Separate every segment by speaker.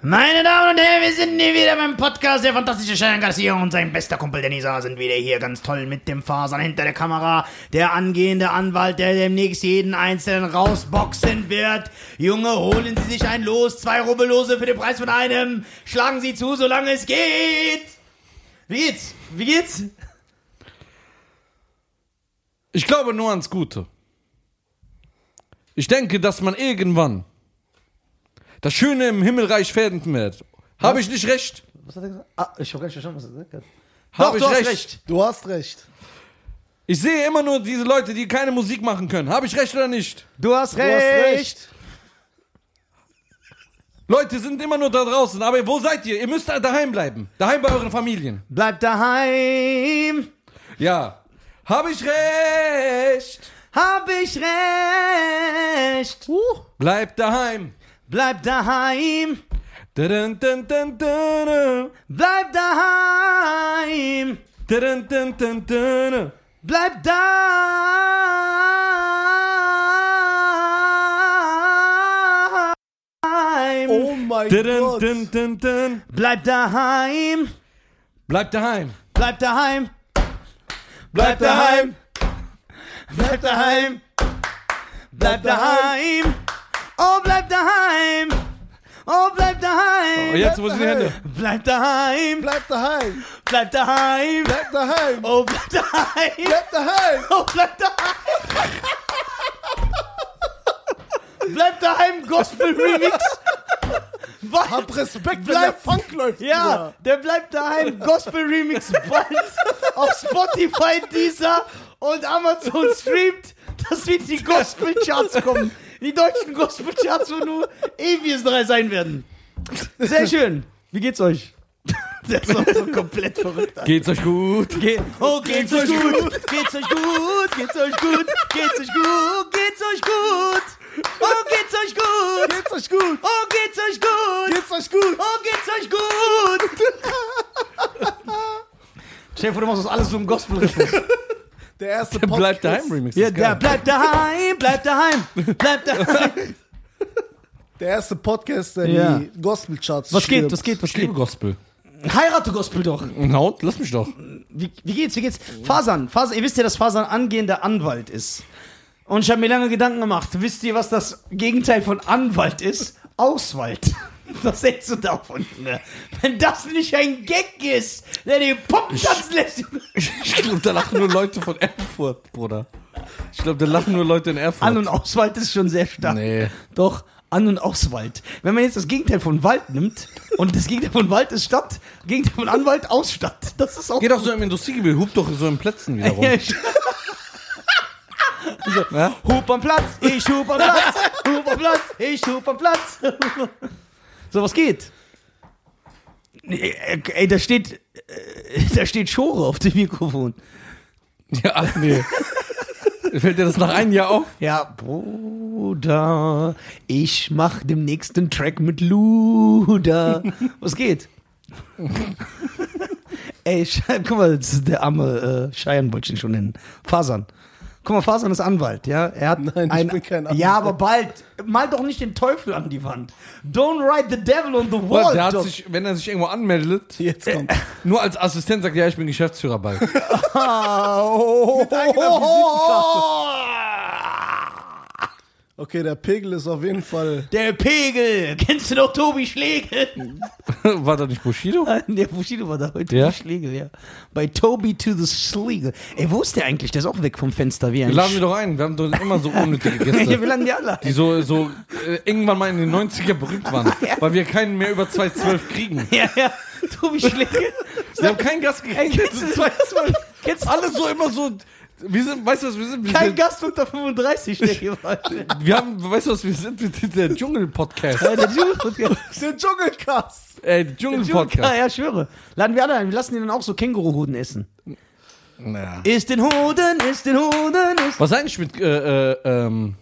Speaker 1: Meine Damen und Herren, wir sind hier wieder beim Podcast. Der fantastische Cheyenne Garcia und sein bester Kumpel Denisa sind wieder hier ganz toll mit dem Fasern hinter der Kamera. Der angehende Anwalt, der demnächst jeden Einzelnen rausboxen wird. Junge, holen Sie sich ein Los. Zwei Rubbellose für den Preis von einem. Schlagen Sie zu, solange es geht. Wie geht's? Wie geht's?
Speaker 2: Ich glaube nur ans Gute. Ich denke, dass man irgendwann das Schöne im Himmelreich finden wird. Habe ich nicht recht?
Speaker 3: Was hat er gesagt? Ah, ich habe gar nicht verstanden, was er gesagt hat.
Speaker 2: Habe ich
Speaker 3: du hast recht. Du hast recht.
Speaker 2: Ich sehe immer nur diese Leute, die keine Musik machen können. Habe ich recht oder nicht?
Speaker 1: Du hast
Speaker 3: Du hast recht.
Speaker 2: Leute sind immer nur da draußen. Aber wo seid ihr? Ihr müsst da- daheim bleiben. Daheim bei euren Familien.
Speaker 1: Bleib daheim.
Speaker 2: Ja. Habe ich recht?
Speaker 1: Hab ich recht.
Speaker 2: Bleibt daheim.
Speaker 1: Bleib daheim.
Speaker 2: Dun, dun, dun, dun,
Speaker 1: Bleib daheim.
Speaker 2: dun, dun, dun, dun.
Speaker 1: Bleib daheim.
Speaker 3: Oh mein
Speaker 2: Dun,
Speaker 3: Gott.
Speaker 2: dun, dun, dun.
Speaker 1: Bleib daheim.
Speaker 2: Bleibt daheim.
Speaker 1: Bleib daheim.
Speaker 2: Bleibt daheim.
Speaker 1: Bleib daheim. Bleib daheim. Oh, bleib daheim. Oh, bleib daheim.
Speaker 2: Oh, jetzt, wo sind die Hände?
Speaker 1: Bleib daheim.
Speaker 3: Bleib daheim.
Speaker 1: Bleib daheim.
Speaker 3: Bleib daheim.
Speaker 1: Oh, bleib daheim.
Speaker 3: Bleib daheim.
Speaker 1: Oh, bleib daheim! bleib daheim, Gospel Remix! Bald,
Speaker 3: Hab Respekt, wenn der
Speaker 1: Bleib-
Speaker 3: Funk läuft.
Speaker 1: ja,
Speaker 3: Bruder.
Speaker 1: der bleibt daheim, Gospel Remix bald auf Spotify dieser und Amazon streamt, dass wir in die Gospel Charts kommen. Die deutschen Gospel Charts, wo nur Evius drei sein werden. Sehr schön. Wie geht's euch? Der ist auch so komplett verrückt.
Speaker 2: Geht's euch gut?
Speaker 1: Ge oh, geht's, euch gut? Geht's euch gut? Geht's euch gut? Geht's euch gut? Geht's euch gut? Oh, geht's euch gut?
Speaker 3: Geht's euch gut?
Speaker 1: Oh, geht's euch gut?
Speaker 3: Geht's euch gut?
Speaker 1: Oh, geht's euch gut? Chef, du machst das alles so ein gospel
Speaker 3: Der erste Podcast.
Speaker 2: Bleibt daheim, Remix.
Speaker 1: Ja,
Speaker 2: ist geil.
Speaker 1: der bleibt daheim, bleibt daheim, bleibt daheim.
Speaker 3: Der erste Podcast, der
Speaker 1: Ja.
Speaker 3: die Gospel-Charts
Speaker 1: Was geht,
Speaker 3: stürmt.
Speaker 1: was geht, was
Speaker 2: Ich liebe
Speaker 1: geht?
Speaker 2: Gospel.
Speaker 1: Heirate Gospel doch.
Speaker 2: Na und? Lass mich doch.
Speaker 1: Wie, wie geht's, wie geht's? Fasan, Fasan, ihr wisst ja, dass Fasan angehender Anwalt ist. Und ich habe mir lange Gedanken gemacht. Wisst ihr, was das Gegenteil von Anwalt ist? Auswald. Was hältst du davon, Junge? Wenn das nicht ein Gag ist, der den Poppentanz lässt. Junge.
Speaker 2: Ich glaube, da lachen nur Leute von Erfurt, Bruder. Ich glaube, da lachen nur Leute in Erfurt.
Speaker 1: An- und Auswald ist schon sehr stark.
Speaker 2: Nee.
Speaker 1: Doch, An- und Auswald. Wenn man jetzt das Gegenteil von Wald nimmt und das Gegenteil von Wald ist Stadt, Gegenteil von Anwalt Ausstadt. Das ist auch.
Speaker 2: Geh doch so im Industriegebiet, hub doch so in Plätzen wieder rum.
Speaker 1: Ja, ich-
Speaker 2: Ja?
Speaker 1: Hub am Platz, ich hub am Platz, hub am Platz, ich hub am Platz. So, was geht? Nee, Ey, da steht, äh, da steht Schore auf dem Mikrofon.
Speaker 2: ja, ach nee. Fällt dir das nach einem Jahr auf?
Speaker 1: Ja, Bruder, ich mach dem nächsten Track mit Luda. Was geht? Ey, Sche- guck mal, das ist der arme äh, Scheiern wollte ich ihn schon nennen. Fasan. Guck mal, Fasan ist Anwalt, ja? Er hat
Speaker 3: Nein, ich
Speaker 1: ein,
Speaker 3: bin kein Anwalt.
Speaker 1: Ja, aber bald. Mal doch nicht den Teufel an die Wand. Don't write the devil on the wall.
Speaker 2: der hat
Speaker 1: doch.
Speaker 2: sich, wenn er sich irgendwo anmeldet,
Speaker 3: Jetzt kommt.
Speaker 2: nur als Assistent sagt, ja, ich bin Geschäftsführer bald.
Speaker 3: Mit eigener
Speaker 1: oh,
Speaker 3: Okay, der Pegel ist auf jeden Fall.
Speaker 1: der Pegel. Kennst du noch Tobi Schlegel?
Speaker 2: War da nicht Bushido?
Speaker 1: Der Bushido war da heute.
Speaker 2: Ja?
Speaker 1: Die Schlegel, ja. Bei Toby to the Schlegel. Ey, wo ist der eigentlich? Der ist auch weg vom Fenster wie ein
Speaker 2: Wir laden wir doch ein. Wir haben doch immer so unnötige
Speaker 1: Sch- Ja,
Speaker 2: Gäste.
Speaker 1: wir laden die alle.
Speaker 2: Die
Speaker 1: ein.
Speaker 2: so, so äh, irgendwann mal in den 90er berühmt waren, weil wir keinen mehr über 212 kriegen.
Speaker 1: Ja, ja. Tobi Schlegel.
Speaker 2: Wir haben keinen Gast
Speaker 1: Ey,
Speaker 2: gekriegt.
Speaker 1: kennst du, kennst du
Speaker 2: Alle so immer so. Wir sind, weißt du was, wir sind? Wir,
Speaker 1: kein
Speaker 2: sind,
Speaker 1: Gast unter 35, der hier war?
Speaker 2: wir haben, weißt du was, wir sind mit der Dschungel-Podcast.
Speaker 1: Ja, der Dschungel-
Speaker 3: Der Dschungelcast!
Speaker 2: Ey,
Speaker 1: Ja,
Speaker 2: Dschungel-Podcast.
Speaker 1: ja, ich schwöre. Laden wir alle ein. Wir lassen die dann auch so Känguruhoden essen.
Speaker 2: Ja.
Speaker 1: Ist den Hoden, ist den Hoden, ist.
Speaker 2: Was eigentlich mit äh, äh, ähm,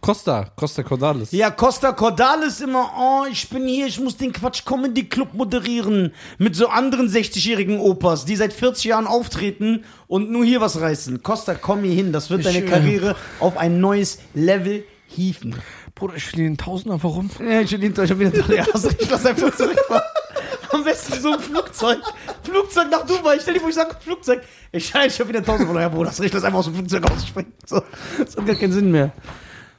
Speaker 2: Costa, Costa Cordalis?
Speaker 1: Ja, Costa Cordalis immer, oh, ich bin hier, ich muss den Quatsch Comedy Club moderieren. Mit so anderen 60-jährigen Opas, die seit 40 Jahren auftreten und nur hier was reißen. Costa, komm hier hin, das wird deine Karriere auf ein neues Level hieven.
Speaker 2: Bruder, ich verdiene einen Tausender, warum?
Speaker 1: Ja, ich bin Also, ich hab wieder gedacht, ja, hast recht, lass einfach zurückfahren. Am besten so ein Flugzeug. Flugzeug nach Dubai. Stell dir vor, ich sag Flugzeug. Ich scheine, ich hab wieder 1000 Euro. Ja, Bruder, hast recht, lass einfach aus dem Flugzeug ausspringen. So, das hat gar keinen Sinn mehr.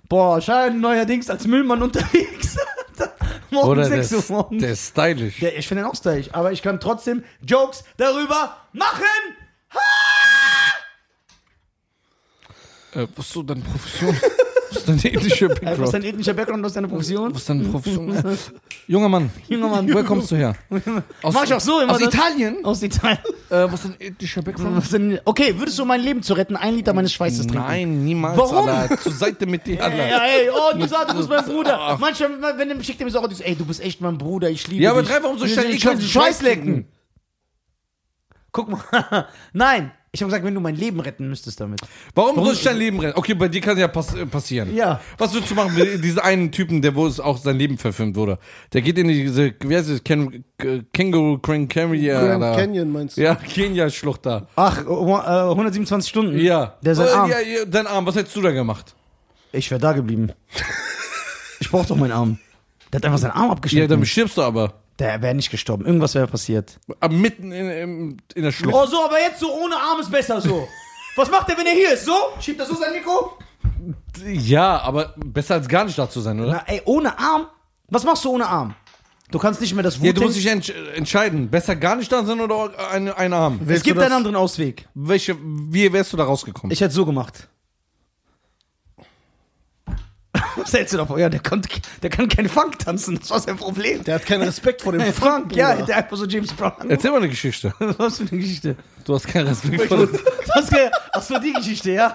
Speaker 1: Boah, schein neuerdings als Müllmann unterwegs. morgen
Speaker 2: Oder
Speaker 1: 6
Speaker 2: der,
Speaker 1: Uhr morgens.
Speaker 2: der ist stylisch.
Speaker 1: Ja, ich finde den auch stylisch, aber ich kann trotzdem Jokes darüber machen.
Speaker 2: Äh, was ist so deine Profession? was ist deine ethische
Speaker 1: Ey, Äh, was ist
Speaker 2: Background?
Speaker 1: dein ethnischer Background, was ist deine Profession?
Speaker 2: Was ist deine Profession? Äh, junger Mann,
Speaker 1: Junger Mann.
Speaker 2: woher kommst du her? Aus,
Speaker 1: Mach ich auch so immer
Speaker 2: Aus
Speaker 1: das-
Speaker 2: Italien?
Speaker 1: Aus Italien.
Speaker 2: Äh, was ist dein ethischer Background?
Speaker 1: Was denn- Okay, würdest du um mein Leben zu retten, ein Liter meines Schweißes trinken?
Speaker 2: Nein, niemals.
Speaker 1: Warum?
Speaker 2: Alter. Zur Seite mit dir,
Speaker 1: Ey,
Speaker 2: Alter.
Speaker 1: ja, ey, oh, du sagst, du bist mein Bruder. Manchmal, wenn er schickt er mir so Autos, ey, du bist echt mein Bruder, ich liebe
Speaker 2: Ja, aber
Speaker 1: dich.
Speaker 2: drei, warum so
Speaker 1: Ich-
Speaker 2: schnell?
Speaker 1: Ich
Speaker 2: Ich
Speaker 1: kann
Speaker 2: kann
Speaker 1: den
Speaker 2: Schweiß
Speaker 1: Schweiß lecken. Guck mal. Nein, ich habe gesagt, wenn du mein Leben retten müsstest damit.
Speaker 2: Warum, soll ich dein Leben retten? Okay, bei dir kann ja pass äh, passieren.
Speaker 1: Ja.
Speaker 2: Was würdest du machen mit diesem einen Typen, der wo es auch sein Leben verfilmt wurde? Der geht in diese, wie heißt es, Ken, K- Känguru, Grand Canyon.
Speaker 3: Grand
Speaker 2: da.
Speaker 3: Canyon meinst du?
Speaker 2: Ja, Kenia-Schlucht da.
Speaker 1: Ach, äh, 127 Stunden?
Speaker 2: Ja.
Speaker 1: Der ist ein
Speaker 2: Äh,
Speaker 1: Arm.
Speaker 2: Ja, ja, dein Arm, was hättest du da gemacht?
Speaker 1: Ich wäre da geblieben. Ich brauch doch meinen Arm. Der hat einfach seinen Arm
Speaker 2: Ja, dann
Speaker 1: abgeschnitten.
Speaker 2: stirbst du aber.
Speaker 1: der wäre nicht gestorben. Irgendwas wäre passiert.
Speaker 2: Aber mitten in, in, in der Schlucht.
Speaker 1: Oh, so, aber jetzt so ohne Arm ist besser so. Was macht er, wenn er hier ist? So? Schiebt er so sein Mikro?
Speaker 2: Ja, aber besser als gar nicht da zu sein, oder?
Speaker 1: Na, ey, ohne Arm? Was machst du ohne Arm? Du kannst nicht mehr das
Speaker 2: ja, du
Speaker 1: Wu-Tang-
Speaker 2: musst dich entsch entscheiden. Besser gar nicht da sein oder ein, ein Arm.
Speaker 1: Es
Speaker 3: Willst du
Speaker 1: gibt einen
Speaker 3: das-
Speaker 1: anderen Ausweg.
Speaker 2: Welche, wie wärst du da rausgekommen?
Speaker 1: Ich hätte so gemacht. Was hältst du davon? Ja, der, konnte, der kann keinen Funk tanzen. Das war sein Problem.
Speaker 3: Der hat keinen Respekt vor dem Frank.
Speaker 1: ja,
Speaker 3: Bruder.
Speaker 1: der hat einfach so James Brown angeguckt.
Speaker 2: Erzähl mal eine Geschichte.
Speaker 1: Was für eine Geschichte.
Speaker 2: Du hast keinen Respekt vor
Speaker 1: Was ge- Ach so, die Geschichte, ja.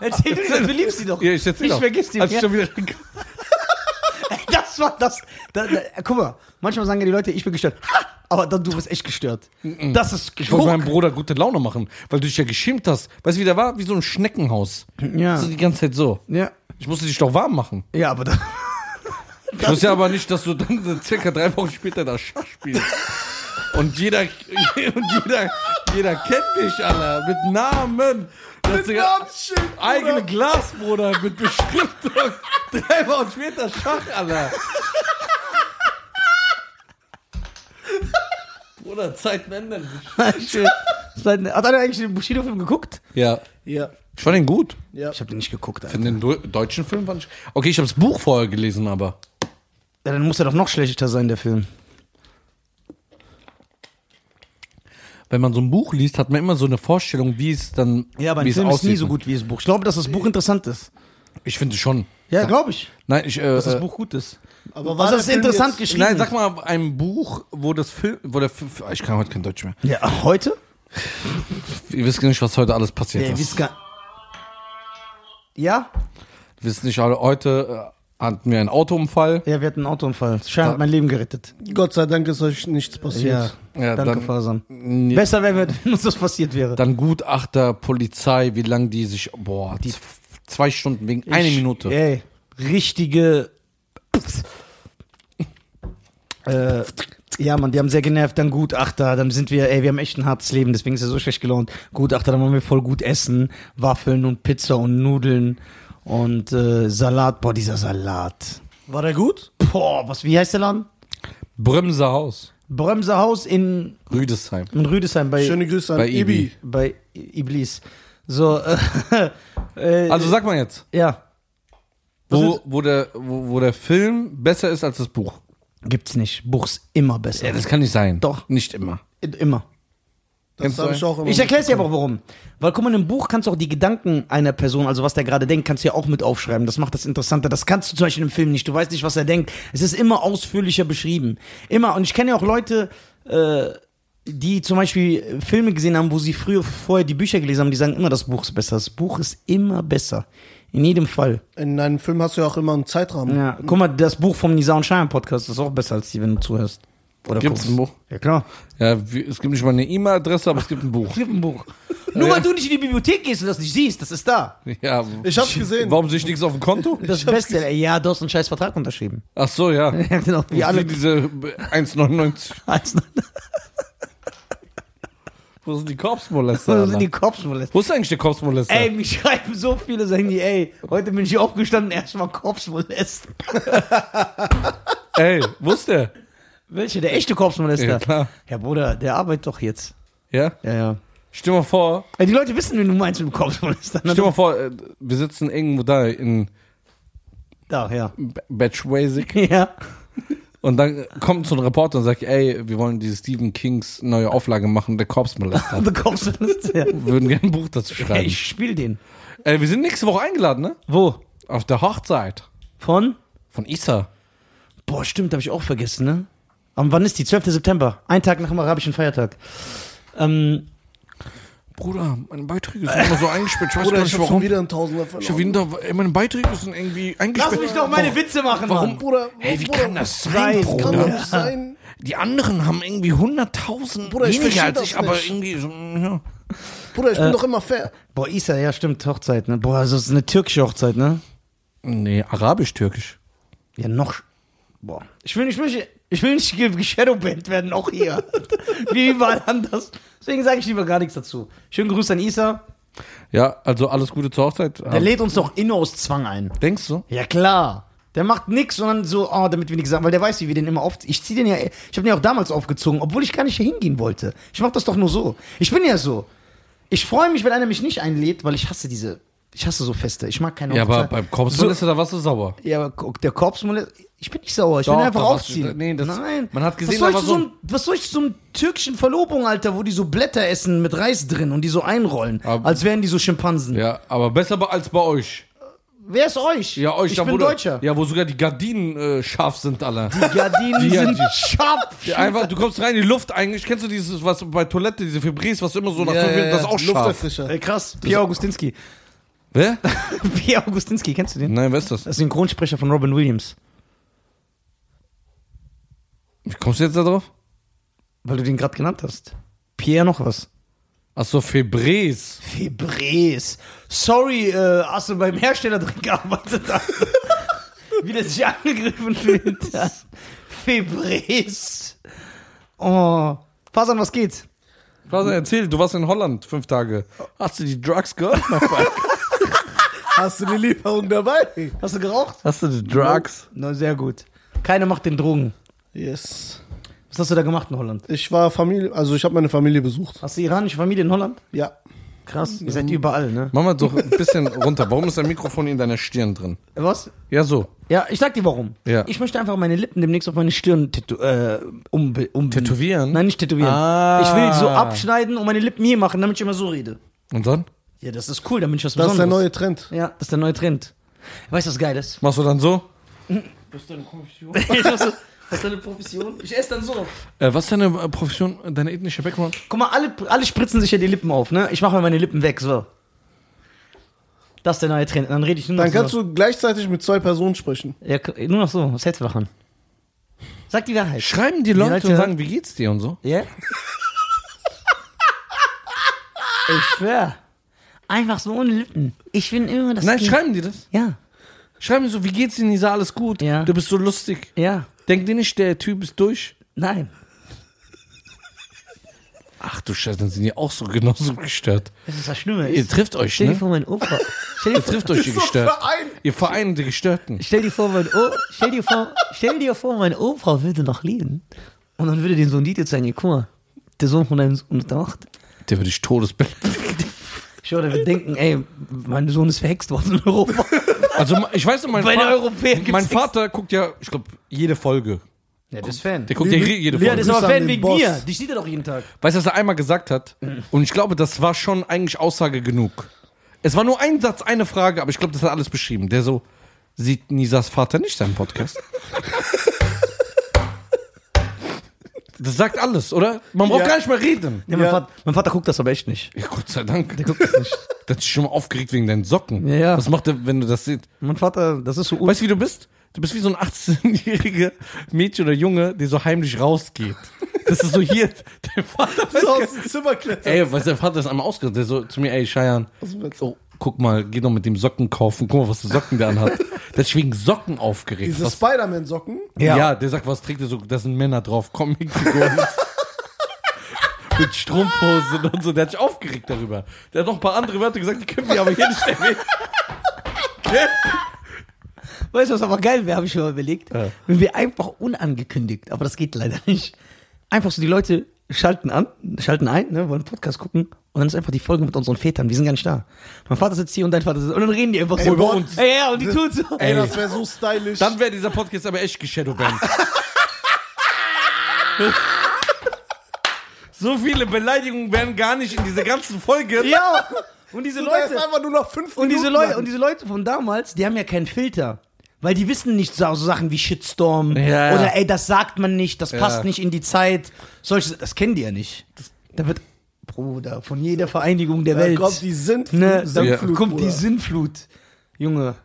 Speaker 1: Erzähl du, das, du liebst sie doch.
Speaker 2: Ja, ich erzähl
Speaker 1: ich
Speaker 2: auch.
Speaker 1: vergiss die.
Speaker 2: Als ich
Speaker 1: Ja.
Speaker 2: schon wieder
Speaker 1: Das war das. Da, da, guck mal, manchmal sagen ja die Leute, ich bin gestört. Ha! Aber dann, du bist echt gestört. Das ist
Speaker 2: ich wollte meinem
Speaker 1: Druck.
Speaker 2: Bruder gute Laune machen, weil du dich ja geschämt hast. Weißt du, wie der war? Wie so ein Schneckenhaus.
Speaker 1: Ja.
Speaker 2: So die ganze Zeit so.
Speaker 1: ja.
Speaker 2: Ich musste dich doch warm machen.
Speaker 1: Ja, aber da,
Speaker 2: Ich wusste ja aber nicht, dass du dann circa drei Wochen später das Schach spielst. Und jeder, und jeder, jeder kennt dich, Alter. Mit Namen. Mit
Speaker 3: Namensschild, Bruder.
Speaker 2: Eigene Glas, Bruder. Mit Beschriftung. drei Wochen später Schach, Alter. Bruder, Zeiten ändern sich.
Speaker 1: hat einer eigentlich den Bushido-Film geguckt?
Speaker 2: Ja.
Speaker 3: Ja,
Speaker 2: Ich fand den gut.
Speaker 3: ja.
Speaker 1: Ich habe den nicht geguckt, Alter.
Speaker 2: In den deu- deutschen Film fand ich. Okay, ich habe das Buch vorher gelesen, aber.
Speaker 1: Ja, dann muss er doch noch schlechter sein, der Film.
Speaker 2: Wenn man so ein Buch liest, hat man immer so eine Vorstellung, wie es dann.
Speaker 1: Ja, aber ein
Speaker 2: wie es
Speaker 1: Film ist nie
Speaker 2: aussieht.
Speaker 1: so gut wie das Buch. Ich glaube, dass das Buch interessant ist.
Speaker 2: Ich finde schon.
Speaker 1: Ja, glaube ich.
Speaker 2: Nein, ich. Äh, äh,
Speaker 1: Buch gut ist.
Speaker 3: Aber
Speaker 1: Also, es ist
Speaker 3: der Film
Speaker 1: interessant
Speaker 3: jetzt-
Speaker 1: geschrieben.
Speaker 2: nein, sag mal, ein Buch, wo das Film. Wo der, Fi- ich kann heute kein Deutsch mehr.
Speaker 1: Ja, heute?
Speaker 2: Ihr wisst gar nicht, was heute alles passiert
Speaker 1: Der
Speaker 2: ist.
Speaker 1: wisst gar ja?
Speaker 2: Ihr wisst nicht, alle- heute äh, hatten wir einen Autounfall.
Speaker 1: Ja, wir hatten einen Autounfall. Schein hat mein Leben gerettet.
Speaker 3: Gott sei Dank ist euch nichts
Speaker 1: Ja,
Speaker 3: passiert.
Speaker 2: Ja,
Speaker 1: danke,
Speaker 2: dann-
Speaker 1: Fasan.
Speaker 2: Nee.
Speaker 1: Besser wäre, wenn uns das passiert wäre.
Speaker 2: Dann Gutachter, Polizei, wie lange die sich. Boah, die, zwei Stunden wegen eine
Speaker 1: Ich-
Speaker 2: Minute.
Speaker 1: Ey, richtige. äh, ja, Mann, die haben sehr genervt. Dann Gutachter, dann sind wir, ey, wir haben echt ein hartes Leben, deswegen ist er so schlecht gelaunt. Gutachter, dann wollen wir voll gut essen. Waffeln und Pizza und Nudeln und äh, Salat. Boah, dieser Salat.
Speaker 3: War der gut?
Speaker 1: Boah, was, wie heißt der Laden?
Speaker 2: Bremser Haus.
Speaker 1: Bremserhaus in,
Speaker 2: Rüdesheim.
Speaker 1: in Rüdesheim bei,
Speaker 3: Schöne Grüße an
Speaker 2: Bei Ibi.
Speaker 3: Ibi.
Speaker 1: bei I- Iblis. So, äh, äh,
Speaker 2: Also sag mal jetzt.
Speaker 1: ja,
Speaker 2: Wo, wo, der, wo, wo der Film besser ist als das Buch.
Speaker 1: gibt's nicht. Buch's immer besser.
Speaker 2: Ja, das kann nicht sein.
Speaker 1: Doch.
Speaker 2: Nicht immer.
Speaker 1: immer.
Speaker 3: Das habe ich auch immer.
Speaker 1: Ich erkläre dir aber auch warum. Weil guck mal, im Buch kannst du auch die Gedanken einer Person, also was der gerade denkt, kannst du ja auch mit aufschreiben. Das macht das interessanter. Das kannst du zum Beispiel im Film nicht. Du weißt nicht, was er denkt. Es ist immer ausführlicher beschrieben. Immer. Und ich kenne ja auch Leute, äh, die zum Beispiel Filme gesehen haben, wo sie früher vorher die Bücher gelesen haben, die sagen immer, das Buch ist besser. Das Buch ist immer besser. In jedem Fall.
Speaker 3: In einem Film hast du ja auch immer einen Zeitrahmen.
Speaker 1: Ja, guck mal, das Buch vom Nisa und Schein Podcast ist auch besser als die, wenn du zuhörst. Oder
Speaker 2: Gibt's
Speaker 1: guckst.
Speaker 2: ein Buch?
Speaker 1: Ja, klar.
Speaker 2: Ja, wie- es gibt nicht mal eine E-Mail-Adresse, aber es gibt ein Buch.
Speaker 1: Es gibt ein Buch. Nur weil du nicht in die Bibliothek gehst und das nicht siehst, das ist da.
Speaker 2: Ja.
Speaker 3: Ich hab's gesehen.
Speaker 2: Warum sehe ich nichts auf dem Konto?
Speaker 1: Das Beste, ey, ja, du hast einen scheiß Vertrag unterschrieben.
Speaker 2: Ach so, ja.
Speaker 1: Ja, genau. Wie
Speaker 2: Wie alle
Speaker 1: alle.
Speaker 2: diese 1,99.
Speaker 1: Als-
Speaker 2: Wo sind die Korpsmolester?
Speaker 1: Das sind
Speaker 2: Alter?
Speaker 1: die Kopfschmolester.
Speaker 2: Wo ist eigentlich der Korpsmolester?
Speaker 1: Ey, mich schreiben so viele, sagen die, ey, heute bin ich aufgestanden, erstmal Korpsmolest.
Speaker 2: Ey, wo ist der?
Speaker 1: Welche? Der echte Korpsmolester?
Speaker 2: Ja, klar.
Speaker 1: Ja, Bruder, der arbeitet doch jetzt.
Speaker 2: Ja?
Speaker 1: Ja, ja.
Speaker 2: Stell mal vor,
Speaker 1: Ey, die Leute wissen, wen du meinst mit dem Korpsmolester. ne?
Speaker 2: stell mal vor, äh, wir sitzen irgendwo da in
Speaker 1: Da, ja.
Speaker 2: B- Batch Basic
Speaker 1: Ja.
Speaker 2: und dann kommt so ein Reporter und sagt, ey, wir wollen diese Stephen Kings neue Auflage machen, der Korpsmolester.
Speaker 1: Der Korpsmolester. Ja.
Speaker 2: Wir würden gerne ein Buch dazu
Speaker 1: Ey,
Speaker 2: schreiben.
Speaker 1: ich spiel den.
Speaker 2: Ey, wir sind nächste Woche eingeladen, ne?
Speaker 1: Wo?
Speaker 2: Auf der Hochzeit
Speaker 1: Von?
Speaker 2: von Issa.
Speaker 1: Boah, stimmt, habe ich auch vergessen, ne? Am wann ist die? 12. September. Ein Tag nach dem arabischen Feiertag. Ähm,
Speaker 2: Bruder, meine Beiträge sind immer so eingesperrt. Ich weiß
Speaker 3: Bruder,
Speaker 2: gar nicht
Speaker 3: ich hab schon
Speaker 2: warum.
Speaker 3: wieder einen Tausender
Speaker 2: Schon
Speaker 3: verloren.
Speaker 2: wieder, ey, meine Beiträge sind irgendwie eingesperrt.
Speaker 1: Lass mich doch meine Witze machen,
Speaker 2: Warum?
Speaker 1: Mann.
Speaker 3: Bruder,
Speaker 2: Hey, wie
Speaker 3: Bruder,
Speaker 2: kann das sein,
Speaker 1: Weiß,
Speaker 3: Kann
Speaker 2: Bruder?
Speaker 3: doch nicht sein.
Speaker 2: Die anderen haben irgendwie 100.000
Speaker 3: Bruder, ich
Speaker 2: weniger
Speaker 3: verstehe
Speaker 2: als
Speaker 3: das
Speaker 2: ich, aber
Speaker 3: nicht.
Speaker 2: irgendwie so, mm, ja.
Speaker 3: Bruder, ich bin doch immer fair.
Speaker 1: Boah, Isa, ja, stimmt, Hochzeit, ne? Boah, also, das ist eine türkische Hochzeit, ne?
Speaker 2: Nee, arabisch-türkisch.
Speaker 1: Ja, noch. Boah. Ich will nicht, mich- ich will nicht ge- geshadowbanned werden, auch hier. Wie überall anders. Deswegen sage ich lieber gar nichts dazu. Schönen Gruß an Isa.
Speaker 2: Ja, also alles Gute zur Hochzeit.
Speaker 1: Der lädt uns doch in aus Zwang ein.
Speaker 2: Denkst du?
Speaker 1: Ja, klar. Der macht nix und dann so, oh, damit wir nichts sagen, weil der weiß, wie wir den immer auf. Ich zieh den ja, ich habe den ja auch damals aufgezogen, obwohl ich gar nicht hier hingehen wollte. Ich mach das doch nur so. Ich bin ja so. Ich freue mich, wenn einer mich nicht einlädt, weil ich hasse diese, ich hasse so Feste. Ich mag keine
Speaker 2: Ja, aber
Speaker 1: Hochzeit.
Speaker 2: beim Korpsmann ist er da was so sauer.
Speaker 1: Ja, aber guck, der Korpsmolest, ich bin nicht sauer, ich
Speaker 2: Doch,
Speaker 1: will ihn einfach
Speaker 2: da warst
Speaker 1: aufziehen.
Speaker 2: du- nee, das-
Speaker 1: Nein,
Speaker 2: man hat gesehen,
Speaker 1: was soll, ich
Speaker 2: da war
Speaker 1: zu
Speaker 2: so
Speaker 1: so einem, was soll ich zu so einem türkischen Verlobung, Alter, wo die so Blätter essen mit Reis drin und die so einrollen,
Speaker 2: Aber-
Speaker 1: als wären die so Schimpansen.
Speaker 2: Ja, aber besser bei- als bei euch.
Speaker 1: Wer ist euch?
Speaker 2: Ja, euch
Speaker 1: ich
Speaker 2: da
Speaker 1: bin
Speaker 2: wurde-
Speaker 1: Deutscher.
Speaker 2: Ja, wo sogar die Gardinen äh, scharf sind, alle.
Speaker 1: Die Gardinen
Speaker 2: Die-
Speaker 1: sind
Speaker 2: die-
Speaker 1: scharf.
Speaker 2: Ja, Einfach, du kommst rein in die Luft eigentlich. Kennst du dieses, was bei Toilette, diese Fibris, was immer so nach
Speaker 3: Ja,
Speaker 2: fünf Minuten,
Speaker 3: ja,
Speaker 2: das ist
Speaker 3: ja.
Speaker 2: auch scharf.
Speaker 3: Lufterfrischer.
Speaker 1: Ey, krass, Pierre Augustinski.
Speaker 2: Wer?
Speaker 1: Pierre Augustinski, kennst du den?
Speaker 2: Nein, wer ist das?
Speaker 1: Das ist ein Synchronsprecher von Robin Williams.
Speaker 2: Wie kommst du jetzt da drauf?
Speaker 1: Weil du den gerade genannt hast. Pierre noch was.
Speaker 2: Achso, Fibris.
Speaker 1: Febres. Sorry, äh, hast du beim Hersteller drin gearbeitet? Alter? Wie der sich angegriffen fühlt. Febres. Oh. Fasan, was geht?
Speaker 2: Was er erzählt, du warst in Holland fünf Tage. Hast du die Drugs gehört? mein Freund?
Speaker 3: Hast du die Lieferung dabei?
Speaker 1: Hast du geraucht?
Speaker 2: Hast du die Drugs?
Speaker 1: Na, sehr gut. Keiner macht den Drogen.
Speaker 3: Yes.
Speaker 1: Was hast du da gemacht in Holland?
Speaker 3: Ich war Familie, also ich habe meine Familie besucht.
Speaker 1: Hast du iranische Familie in Holland?
Speaker 3: Ja.
Speaker 1: Krass. Ihr seid überall, ne?
Speaker 2: Mach mal doch ein bisschen runter. Warum ist dein Mikrofon in deiner Stirn drin?
Speaker 1: Was?
Speaker 2: Ja, so.
Speaker 1: Ja, ich sag dir warum.
Speaker 2: Ja.
Speaker 1: Ich möchte einfach meine Lippen demnächst auf meine Stirn tätu äh, umbe- umbinden.
Speaker 2: Tätowieren?
Speaker 1: Nein, nicht tätowieren.
Speaker 2: Ah.
Speaker 1: Ich will so abschneiden und meine Lippen hier machen, damit ich immer so rede.
Speaker 2: Und dann?
Speaker 1: Ja, das ist cool, damit ich was
Speaker 3: Das ist der
Speaker 1: Besonderes.
Speaker 3: neue Trend.
Speaker 1: Ja, das ist der neue Trend. Weißt du, was geil ist?
Speaker 2: Machst du dann so?
Speaker 1: das ist deine Profession. Ich esse dann so.
Speaker 2: Äh, was ist deine äh, Profession, äh, deine ethnische Background?
Speaker 1: Guck mal, alle, alle spritzen sich ja die Lippen auf, ne? Ich mache mir meine Lippen weg, so. Das ist der neue Trend. Dann rede ich nur noch
Speaker 3: Dann kannst
Speaker 1: so.
Speaker 3: du gleichzeitig mit zwei Personen sprechen.
Speaker 1: Ja, nur noch so. Was hältst du davon? Sag die Wahrheit.
Speaker 2: Schreiben die
Speaker 1: Leute-
Speaker 2: Leute und sagen, wie geht's dir und so?
Speaker 1: Ja? ich schwör. Einfach so ohne Lippen. Ich bin immer das
Speaker 2: Nein,
Speaker 1: Kind.
Speaker 2: schreiben die das?
Speaker 1: Ja,
Speaker 2: Schreiben die so, wie geht's dir, Nisa, alles gut?
Speaker 1: Ja.
Speaker 2: Du bist so lustig.
Speaker 1: ja,
Speaker 2: Denkt ihr nicht, der Typ ist durch?
Speaker 1: nein.
Speaker 2: Ach du Scheiße, dann sind die auch so genauso gestört.
Speaker 1: Das ist das Schlimme.
Speaker 2: Ihr
Speaker 1: Ich,
Speaker 2: trifft euch,
Speaker 1: stell dir
Speaker 2: ne?
Speaker 1: vor, mein Opa. Stell dir
Speaker 2: Ihr
Speaker 1: vor,
Speaker 2: trifft euch, die Gestörten. Ihr Verein, die Gestörten.
Speaker 1: stell dir vor, mein Opa. Stell dir vor, stell dir vor, mein Opa würde noch leben. Und dann würde dem so ein Lied jetzt sagen, ey, guck mal, der Sohn von deinem Sohn macht.
Speaker 2: Der würde ich todesbeleidigen.
Speaker 1: Ich würde wir denken, ey, mein Sohn ist verhext worden in Europa.
Speaker 2: Also ma- ich weiß noch, mein,
Speaker 1: Bei den
Speaker 2: Vater-
Speaker 1: Europäern gibt's
Speaker 2: mein
Speaker 1: nichts.
Speaker 2: Vater guckt ja, ich glaube, jede Folge.
Speaker 1: Ja, das ist Fan.
Speaker 2: Der guckt ja re- jede
Speaker 1: Ja,
Speaker 2: Folge.
Speaker 1: das ist
Speaker 3: Grüße
Speaker 1: aber
Speaker 3: an
Speaker 1: Fan
Speaker 3: den
Speaker 1: wegen
Speaker 3: Boss.
Speaker 1: mir. Dich sieht er doch jeden Tag.
Speaker 2: weißt du, was er einmal gesagt hat? Und ich glaube, das war schon eigentlich Aussage genug. Es war nur ein Satz, eine Frage, aber ich glaube, das hat alles beschrieben. Der so, sieht Nisas Vater nicht seinen Podcast? das sagt alles, oder? Man braucht
Speaker 3: Ja.
Speaker 2: gar nicht mehr reden.
Speaker 1: Ja, mein,
Speaker 3: Ja.
Speaker 1: Vater, mein Vater guckt das aber echt nicht.
Speaker 2: Ja, Gott sei Dank.
Speaker 1: Der guckt das nicht.
Speaker 2: Der hat sich schon mal aufgeregt wegen deinen Socken.
Speaker 1: Ja, ja.
Speaker 2: Was macht er, wenn du das siehst?
Speaker 1: Mein Vater, das ist so un
Speaker 2: Weißt du, wie du bist? Du bist wie so ein 18-jähriger Mädchen oder Junge, der so heimlich rausgeht. Das ist so hier, der Vater.
Speaker 3: So aus dem Zimmer klettern.
Speaker 2: Ey, weißt du, der Vater ist einmal ausgerastet, der so zu mir, ey, Scheiern, oh, guck mal, geh doch mit dem Socken kaufen, guck mal, was für Socken der anhat. Der ist wegen Socken aufgeregt.
Speaker 3: Diese
Speaker 2: was,
Speaker 3: Spider-Man-Socken.
Speaker 2: ja. der sagt, was trägt er so, da sind Männer drauf, Comicfiguren. mit Strumpfhosen und so. Der hat sich aufgeregt darüber. Der hat noch ein paar andere Wörter gesagt, die können wir aber hier nicht erwähnen.
Speaker 1: Weißt du, was aber geil wäre, habe ich mir mal überlegt?
Speaker 2: Ja.
Speaker 1: Wenn wir einfach unangekündigt, aber das geht leider nicht, einfach so die Leute schalten an, schalten ein, ne, wollen Podcast gucken und dann ist einfach die Folge mit unseren Vätern. Wir sind gar nicht da. Mein Vater sitzt hier und dein Vater sitzt und dann reden die einfach so
Speaker 2: über uns.
Speaker 1: Ey, ja, und die tun so.
Speaker 3: Ey, das wäre so stylisch.
Speaker 2: Dann wäre dieser Podcast aber echt geshadowbanned. so viele Beleidigungen wären gar nicht in dieser ganzen Folge.
Speaker 1: Ja. Und diese
Speaker 3: Du wärst
Speaker 1: Leute,
Speaker 3: einfach nur noch fünf
Speaker 1: und diese
Speaker 3: Minuten
Speaker 1: Leute,
Speaker 3: lang.
Speaker 1: und diese Leute von damals, die haben ja keinen Filter. Weil die wissen nicht so, so Sachen wie Shitstorm
Speaker 2: Ja.
Speaker 1: oder ey, das sagt man nicht, das
Speaker 2: Ja.
Speaker 1: passt nicht in die Zeit. Solche, das kennen die ja nicht. Da wird, Bruder, von jeder Vereinigung der
Speaker 3: Da
Speaker 1: Welt.
Speaker 3: kommt die Sintflut.
Speaker 1: ne, da
Speaker 2: Ja.
Speaker 1: kommt die
Speaker 3: Bruder.
Speaker 1: Sinnflut. Junge,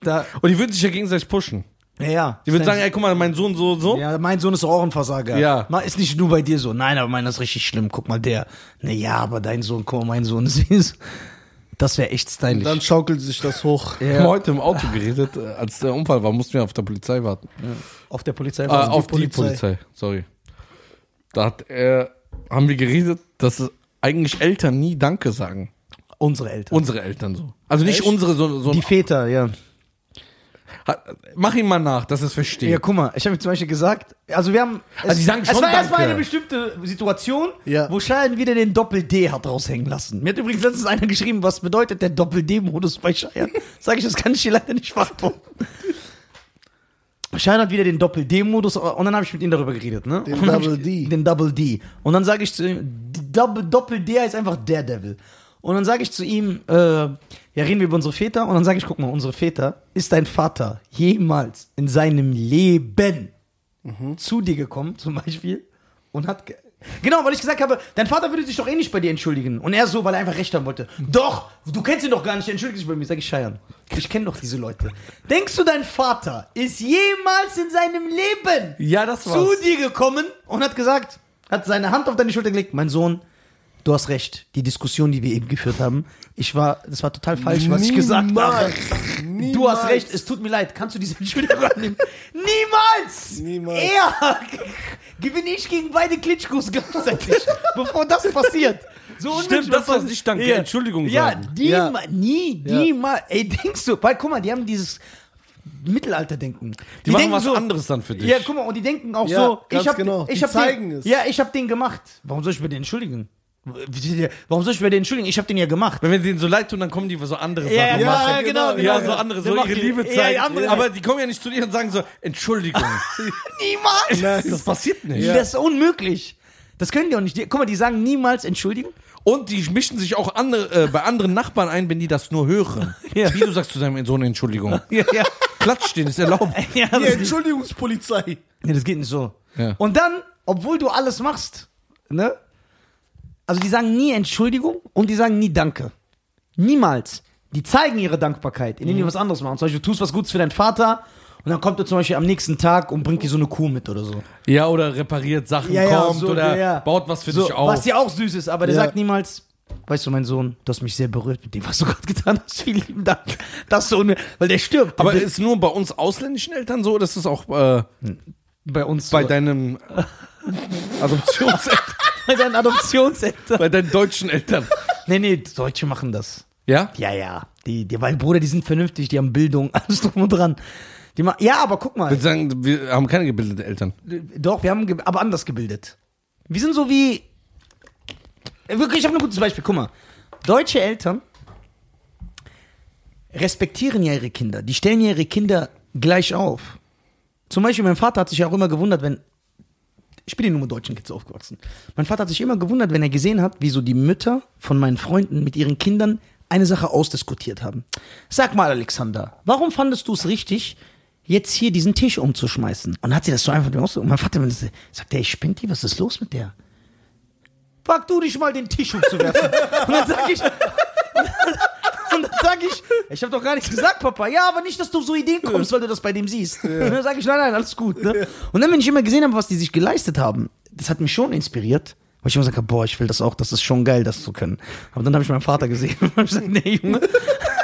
Speaker 1: da,
Speaker 2: Und die würden sich ja gegenseitig pushen.
Speaker 1: ja, ja.
Speaker 2: Die würden sagen, ey, guck mal, mein Sohn so und so.
Speaker 1: ja, mein Sohn ist doch auch ein Versager.
Speaker 2: Ja.
Speaker 1: Ma- Ist nicht nur bei dir so. Nein, aber meiner ist richtig schlimm. Guck mal, der. Naja, aber dein Sohn, guck mal, mein Sohn ist wie es. Das wäre echt stylisch.
Speaker 3: Dann schaukelt sich das hoch.
Speaker 2: Wir haben heute im Auto geredet, äh, als der Unfall war, mussten wir auf der Polizei warten.
Speaker 1: auf der Polizei.
Speaker 2: äh, auf die Polizei, sorry. Da hat er, haben wir geredet, dass es eigentlich Eltern nie Danke sagen.
Speaker 1: Unsere Eltern.
Speaker 2: Unsere Eltern so. Also nicht unsere, so, so
Speaker 1: die Väter, ja.
Speaker 2: Ha- Mach ihm mal nach, dass er es versteht.
Speaker 1: Ja, guck mal, ich habe mir zum Beispiel gesagt, also wir haben. Es,
Speaker 2: die sagen
Speaker 1: es
Speaker 2: schon
Speaker 1: war erstmal
Speaker 2: Danke.
Speaker 1: eine bestimmte Situation,
Speaker 3: Ja.
Speaker 1: wo Schein wieder den Doppel-D hat raushängen lassen. Mir hat übrigens letztens einer geschrieben, was bedeutet der Doppel-D-Modus bei Schein? Sag ich, das kann ich dir leider nicht beantworten. Schein hat wieder den Doppel-D-Modus und dann habe ich mit ihm darüber geredet, ne?
Speaker 3: Den
Speaker 1: Und dann hab ich-
Speaker 3: Double D.
Speaker 1: Den Double D. Und dann sage ich zu ihm, Double- Doppel-D heißt einfach Daredevil. Und dann sage ich zu ihm, äh, ja, reden wir über unsere Väter. Und dann sage ich, guck mal, unsere Väter, ist dein Vater jemals in seinem Leben Mhm. zu dir gekommen, zum Beispiel, und hat. ge- Genau, weil ich gesagt habe, dein Vater würde sich doch eh nicht bei dir entschuldigen. Und er so, weil er einfach recht haben wollte.
Speaker 2: Mhm.
Speaker 1: Doch, du kennst ihn doch gar nicht, er entschuldigt sich bei mir. Sag ich, Scheiern. Ich kenne doch diese Leute. Denkst du, dein Vater ist jemals in seinem Leben
Speaker 2: Ja, das
Speaker 1: zu dir gekommen und hat gesagt, hat seine Hand auf deine Schulter gelegt, mein Sohn, du hast recht, die Diskussion, die wir eben geführt haben, ich war, das war total falsch, was ich gesagt habe.
Speaker 3: Niemals.
Speaker 1: Du hast recht, es tut mir leid, kannst du diese Entschuldigung annehmen? Niemals!
Speaker 3: Niemals.
Speaker 1: Er gewinne ich gegen beide Klitschkos gleichzeitig, bevor das passiert. So unmenschlich,
Speaker 2: das
Speaker 1: was-
Speaker 2: war's nicht, danke,
Speaker 1: Ja.
Speaker 2: Entschuldigung
Speaker 1: Ja,
Speaker 2: sagen.
Speaker 1: die,
Speaker 3: Ja.
Speaker 1: nie,
Speaker 3: Ja.
Speaker 1: niemals. Ey, denkst du, weil guck mal, die haben dieses Mittelalterdenken.
Speaker 2: Die, machen
Speaker 1: denken
Speaker 2: was
Speaker 1: so,
Speaker 2: anderes dann für dich.
Speaker 1: ja, guck mal, und die denken auch
Speaker 3: Ja,
Speaker 1: so,
Speaker 3: ganz
Speaker 1: ich hab,
Speaker 3: genau.
Speaker 1: ich
Speaker 3: Die
Speaker 1: hab
Speaker 3: zeigen
Speaker 1: den,
Speaker 3: es.
Speaker 1: Ja, ich hab den gemacht. Warum soll ich mir den entschuldigen? Warum soll ich mir den entschuldigen? Ich hab den ja gemacht.
Speaker 2: Wenn wir denen so leid tun, dann kommen die so andere Sachen
Speaker 3: ja,
Speaker 2: machen.
Speaker 3: genau,
Speaker 2: Ja,
Speaker 3: genau,
Speaker 2: so andere,
Speaker 1: Der
Speaker 2: so
Speaker 1: macht
Speaker 2: ihre
Speaker 1: die-
Speaker 2: Liebe
Speaker 1: ja,
Speaker 2: zeigen.
Speaker 1: die andere-
Speaker 2: Aber die kommen ja nicht zu dir und sagen so, Entschuldigung.
Speaker 1: Niemals!
Speaker 2: das passiert nicht.
Speaker 1: Das ist unmöglich. Das können die auch nicht. Die, guck mal, die sagen niemals entschuldigen.
Speaker 2: Und die mischen sich auch andere, äh, bei anderen Nachbarn ein, wenn die das nur hören.
Speaker 1: Ja.
Speaker 2: Wie du sagst zu deinem Sohn Entschuldigung.
Speaker 1: Ja, ja.
Speaker 2: Klatsch den, ist erlaubt.
Speaker 1: ja,
Speaker 3: Die
Speaker 1: das,
Speaker 3: Entschuldigungspolizei.
Speaker 1: nee, das geht nicht so.
Speaker 2: Ja.
Speaker 1: Und dann, obwohl du alles machst, ne? Also die sagen nie Entschuldigung und die sagen nie Danke. Niemals. Die zeigen ihre Dankbarkeit, indem die
Speaker 2: Mhm.
Speaker 1: was anderes machen. Zum Beispiel, du tust was Gutes für deinen Vater und dann kommt er zum Beispiel am nächsten Tag und bringt dir so eine Kuh mit oder so.
Speaker 2: Ja, oder repariert Sachen,
Speaker 1: Ja, ja,
Speaker 2: kommt
Speaker 1: so,
Speaker 2: oder
Speaker 1: ja, ja.
Speaker 2: baut was für
Speaker 1: So,
Speaker 2: dich auf.
Speaker 1: Was ja auch süß ist, aber der
Speaker 3: Ja.
Speaker 1: sagt niemals, weißt du, mein Sohn, du hast mich sehr berührt mit dem, was du gerade getan hast. Vielen lieben Dank. Das ist so unmöglich, weil der stirbt.
Speaker 2: Aber
Speaker 1: Der-
Speaker 2: ist nur bei uns ausländischen Eltern so, dass es auch äh,
Speaker 1: bei uns,
Speaker 2: bei
Speaker 1: so,
Speaker 2: deinem Adoptionseltern,
Speaker 1: bei deinen Adoptionseltern.
Speaker 2: bei deinen deutschen Eltern.
Speaker 1: nee, nee, Deutsche machen das.
Speaker 2: Ja?
Speaker 1: Ja, ja. Die, die, weil Bruder, die sind vernünftig, die haben Bildung, alles drum und dran. Die ma- ja, aber guck mal.
Speaker 2: Ich würde sagen, wir haben keine gebildeten Eltern.
Speaker 1: Doch, wir haben ge- aber anders gebildet. Wir sind so wie. Äh, Wirklich, ich habe ein gutes Beispiel. Guck mal. Deutsche Eltern respektieren ja ihre Kinder. Die stellen ja ihre Kinder gleich auf. Zum Beispiel, mein Vater hat sich ja auch immer gewundert, wenn. Ich bin ja nur mit deutschen Kids aufgewachsen. Mein Vater hat sich immer gewundert, wenn er gesehen hat, wie so die Mütter von meinen Freunden mit ihren Kindern eine Sache ausdiskutiert haben. Sag mal, Alexander, warum fandest du es richtig, jetzt hier diesen Tisch umzuschmeißen? Und hat sie das so einfach aus. Und mein Vater hat gesagt, sagt er, ich spinnt die, was ist los mit der? Frag du dich mal, den Tisch umzuwerfen. und dann sag ich, und dann sag ich, ich habe doch gar nichts gesagt, Papa. Ja, aber nicht, dass du auf so Ideen kommst, weil du das bei dem siehst. Und dann sage ich, nein, nein, alles gut. Ne? Und dann, wenn ich immer gesehen habe, was die sich geleistet haben, das hat mich schon inspiriert. Weil ich immer sage, boah, ich will das auch, das ist schon geil, das zu können. Aber dann habe ich meinen Vater gesehen und habe gesagt, nee, Junge,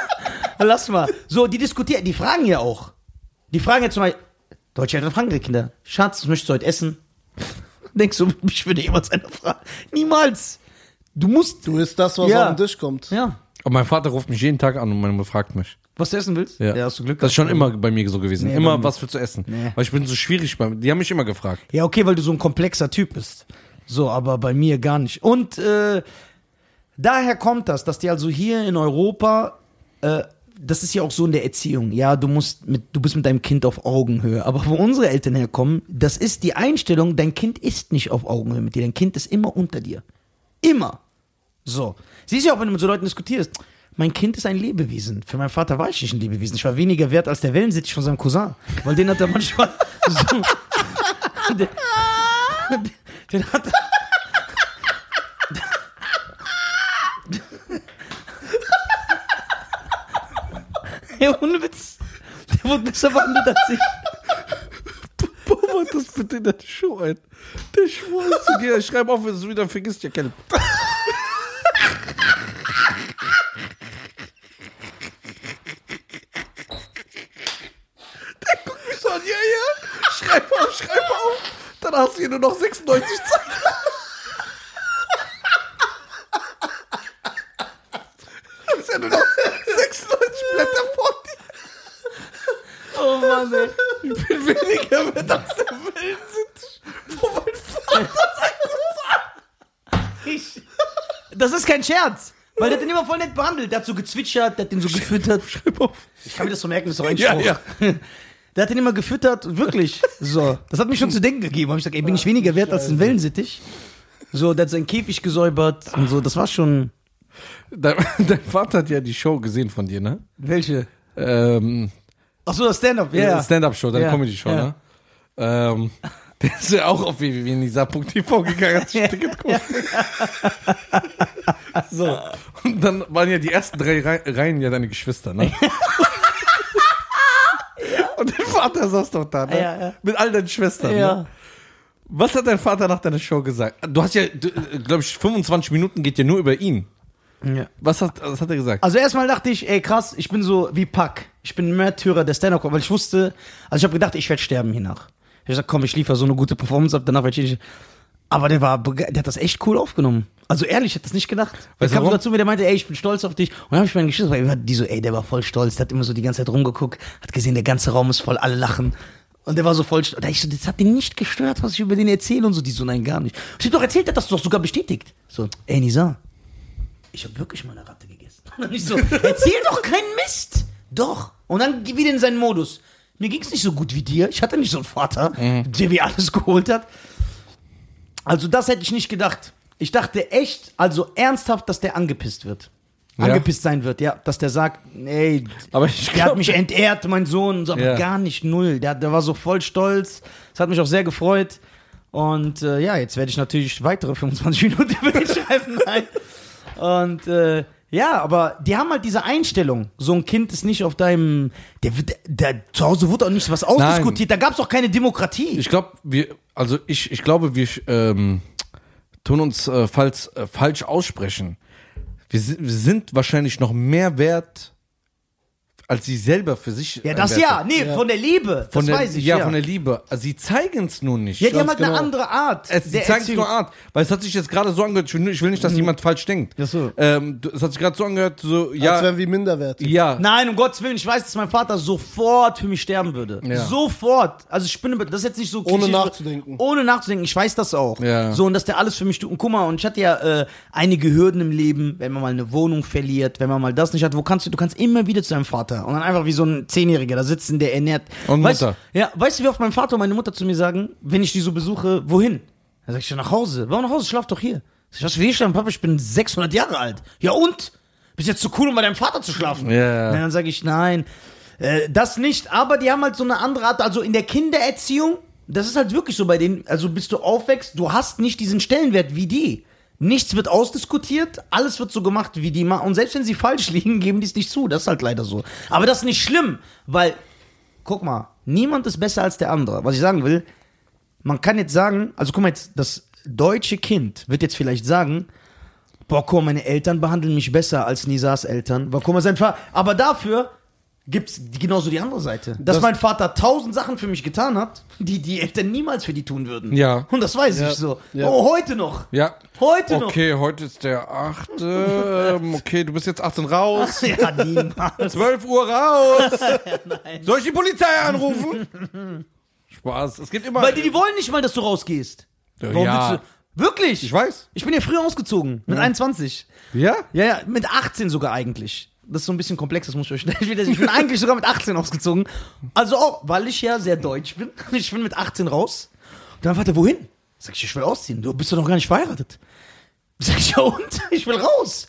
Speaker 1: lass mal. So, die diskutieren, die fragen ja auch. Die fragen ja zum Beispiel, deutsche Eltern fragen ihre Kinder, Schatz, was möchtest du heute essen? Denkst du, mich würde jemals einer fragen? Niemals. Du musst.
Speaker 3: Du isst das, was
Speaker 1: Ja.
Speaker 3: auf den Tisch kommt.
Speaker 1: Ja.
Speaker 2: Und mein Vater ruft mich jeden Tag an und meine Mutter fragt mich.
Speaker 1: Was du essen willst?
Speaker 2: Ja.
Speaker 1: hast du Glück.
Speaker 2: Das ist schon
Speaker 1: gehabt.
Speaker 2: immer bei mir so gewesen.
Speaker 1: Nee, bei
Speaker 2: immer
Speaker 1: mir-
Speaker 2: was für zu essen.
Speaker 1: Nee.
Speaker 2: Weil ich bin so schwierig bei Die haben mich immer gefragt.
Speaker 1: Ja, okay, weil du so ein komplexer Typ bist. So, aber bei mir gar nicht. Und äh, daher kommt das, dass die also hier in Europa, äh, das ist ja auch so in der Erziehung. Ja, du musst mit, du bist mit deinem Kind auf Augenhöhe. Aber wo unsere Eltern herkommen, das ist die Einstellung, dein Kind ist nicht auf Augenhöhe mit dir. Dein Kind ist immer unter dir. Immer. So. Siehst du ja auch, wenn du mit so Leuten diskutierst. Mein Kind ist ein Lebewesen. Für meinen Vater war ich nicht ein Lebewesen. Ich war weniger wert als der Wellensittich von seinem Cousin. Weil den hat er manchmal so, den, den hat er. Ja, ohne Witz. Der wurde besser behandelt als ich.
Speaker 2: Boah, das bitte in der Show ein. Der Schwur ist zu dir. Schreib auf, wenn du es wieder vergisst, ja, Kelp. Der guckt mich so an. Ja, ja. Schreib auf, schreib auf. Dann hast du hier nur noch 96 Zeichen. Das ist ja nur noch 96 Blätter vor dir.
Speaker 1: Oh Mann, ey.
Speaker 2: Ich bin weniger wert als der Wellensittich. Wo mein Vater sein
Speaker 1: Ich. Das ist kein Scherz. Weil der hat den immer voll nett behandelt. Der hat so gezwitschert, der hat den so gefüttert.
Speaker 2: Schreib auf.
Speaker 1: Ich kann mir das so merken, das ist doch ein
Speaker 2: Ja,
Speaker 1: Spruch.
Speaker 2: ja.
Speaker 1: Der hat den immer gefüttert, wirklich. So. Das hat mich schon zu denken gegeben. Hab ich gesagt, ey, bin ich weniger wert als ein Wellensittich? So, der hat seinen Käfig gesäubert und so. Das war schon.
Speaker 2: Dein, dein Vater hat ja die Show gesehen von dir, ne?
Speaker 1: Welche?
Speaker 2: Ähm,
Speaker 1: Achso, das Stand-up, ja. ja.
Speaker 2: Stand-Up-Show, deine
Speaker 1: Ja,
Speaker 2: Comedy-Show,
Speaker 1: ja.
Speaker 2: ne? Ähm, der ist ja auch auf www.nisa.tv gegangen, hat sich ein Ticket gekauft. so. Und dann waren ja die ersten drei Rei- Reihen ja deine Geschwister, ne? Und dein Vater saß doch da, ne?
Speaker 1: Ja, ja.
Speaker 2: Mit all deinen Schwestern, ne?
Speaker 1: ja.
Speaker 2: Was hat dein Vater nach deiner Show gesagt? Du hast ja, glaube ich, 25 Minuten geht ja nur über ihn.
Speaker 1: ja.
Speaker 2: Was hat, was hat er gesagt?
Speaker 1: Also erstmal dachte ich, ey krass, ich bin so wie Pack. Ich bin Märtyrer der Stand-Up, weil ich wusste, also ich habe gedacht, ich werde sterben hiernach. Ich hab gesagt, komm, ich liefere so eine gute Performance ab, danach werde ich nicht. Aber der war, bege- der hat das echt cool aufgenommen. Also ehrlich, ich hätte das nicht gedacht. Der
Speaker 2: Weißt du
Speaker 1: kam
Speaker 2: warum?
Speaker 1: sogar zu mir, der meinte, ey, ich bin stolz auf dich. Und dann habe ich meinen Geschwister, weil die so, ey, der war voll stolz. Der hat immer so die ganze Zeit rumgeguckt, hat gesehen, der ganze Raum ist voll, alle lachen. Und der war so voll stolz. Und da ich so, das hat den nicht gestört, was ich über den erzähle und so. Die so, nein, gar nicht. Ich hab doch erzählt, der hat das doch sogar bestätigt. So, ey, Nisa, ich habe wirklich mal eine Ratte gegessen. Und ich so, erzähl doch keinen Mist. Doch. Und dann wieder in seinen Modus. Mir ging's nicht so gut wie dir. Ich hatte nicht so einen Vater,
Speaker 2: Mhm.
Speaker 1: der mir alles geholt hat. Also das hätte ich nicht gedacht. Ich dachte echt, also ernsthaft, dass der angepisst wird.
Speaker 2: Ja.
Speaker 1: Angepisst sein wird, ja. Dass der sagt, ey,
Speaker 2: Aber ich
Speaker 1: der
Speaker 2: glaub-
Speaker 1: hat mich entehrt, mein Sohn. So, aber
Speaker 2: Ja.
Speaker 1: gar nicht null. Der, der war so voll stolz. Das hat mich auch sehr gefreut. Und äh, ja, jetzt werde ich natürlich weitere 25 Minuten über den schreiben. Nein. Und äh, ja, aber die haben halt diese Einstellung. So ein Kind ist nicht auf deinem. Der, wird- der, zu Hause wurde auch nicht was ausdiskutiert. Da gab es auch keine Demokratie.
Speaker 2: Ich glaube, wir, also ich, ich glaube, wir ähm, tun uns äh, falls, äh, falsch aussprechen. Wir, si- wir sind wahrscheinlich noch mehr wert, als sie selber für sich.
Speaker 1: ja,
Speaker 2: ein
Speaker 1: das
Speaker 2: Wert
Speaker 1: ja.
Speaker 2: sind.
Speaker 1: Nee, von der Liebe. das
Speaker 2: Von der,
Speaker 1: weiß ich.
Speaker 2: ja,
Speaker 1: Ja,
Speaker 2: von der Liebe. Also, sie zeigen es nur nicht. ne?
Speaker 1: ja die haben halt
Speaker 3: Ganz
Speaker 1: eine
Speaker 3: genau.
Speaker 1: andere Art.
Speaker 2: Es, sie
Speaker 1: der
Speaker 2: zeigen es
Speaker 1: Erziehung.
Speaker 2: nur Art. Weil es hat sich jetzt gerade so angehört, ich will, ich will nicht, dass jemand falsch denkt.
Speaker 1: Ach so.
Speaker 2: Ähm, du- es hat sich gerade so angehört, so, ja.
Speaker 3: Als wären wir minderwertig.
Speaker 2: ja.
Speaker 1: Nein, um Gottes Willen, ich weiß, dass mein Vater sofort für mich sterben würde.
Speaker 2: Ja.
Speaker 1: Sofort. Also ich bin, das ist jetzt nicht so
Speaker 3: Ohne
Speaker 1: klischee-
Speaker 3: nachzudenken.
Speaker 1: Ohne nachzudenken, ich weiß das auch.
Speaker 2: Ja.
Speaker 1: So, und dass der alles für mich tut. Und guck mal, und ich hatte ja äh, einige Hürden im Leben, wenn man mal eine Wohnung verliert, wenn man mal das nicht hat, wo kannst du, du kannst immer wieder zu deinem Vater. Und dann einfach wie so ein Zehnjähriger da sitzen, der ernährt.
Speaker 2: Und
Speaker 1: weißt,
Speaker 2: Mutter.
Speaker 1: Ja, weißt du, wie oft mein Vater und meine Mutter zu mir sagen, wenn ich die so besuche, wohin? Dann sag ich, ja, nach Hause. Warum nach Hause? Schlaf doch hier. Sag ich, was will ich denn, Papa? Ich bin 600 Jahre alt. Ja und? Bist jetzt zu cool, um bei deinem Vater zu schlafen.
Speaker 2: Ja.
Speaker 1: Und dann sage ich, nein, äh, das nicht. Aber die haben halt so eine andere Art, also in der Kindererziehung, das ist halt wirklich so bei denen, also bis du aufwächst, du hast nicht diesen Stellenwert wie die. Nichts wird ausdiskutiert, alles wird so gemacht, wie die machen. Und selbst wenn sie falsch liegen, geben die es nicht zu. Das ist halt leider so. Aber das ist nicht schlimm, weil guck mal, niemand ist besser als der andere. Was ich sagen will, man kann jetzt sagen, also guck mal jetzt, das deutsche Kind wird jetzt vielleicht sagen, boah, guck mal, meine Eltern behandeln mich besser als Nisas Eltern. Boah, guck mal, sein Vater. Aber dafür gibt's genauso die andere Seite. Dass mein Vater tausend Sachen für mich getan hat, die die Eltern niemals für die tun würden.
Speaker 2: Ja.
Speaker 1: Und das weiß
Speaker 3: Ja.
Speaker 1: ich so.
Speaker 3: Ja.
Speaker 1: Oh, heute noch.
Speaker 2: Ja.
Speaker 1: Heute noch.
Speaker 2: Okay, heute ist der 8. ähm, okay, du bist jetzt 18 raus.
Speaker 4: Ja, niemals.
Speaker 2: 12 Uhr raus. Soll ich die Polizei anrufen? Spaß. Es gibt immer.
Speaker 1: Weil die, die wollen nicht mal, dass du rausgehst. Warum
Speaker 2: ja.
Speaker 1: willst du? Wirklich?
Speaker 2: Ich weiß.
Speaker 1: Ich bin ja früher ausgezogen. Mit 21.
Speaker 2: Ja?
Speaker 1: Ja, ja, mit 18 sogar eigentlich. Das ist so ein bisschen komplex, das muss ich euch schnell wieder. Ich bin eigentlich sogar mit 18 ausgezogen. Also auch, weil ich ja sehr deutsch bin. Ich bin mit 18 raus. Und dann fragt er, wohin? Sag ich, ich will ausziehen. Du bist doch noch gar nicht verheiratet. Sag ich, ja und? Ich will raus.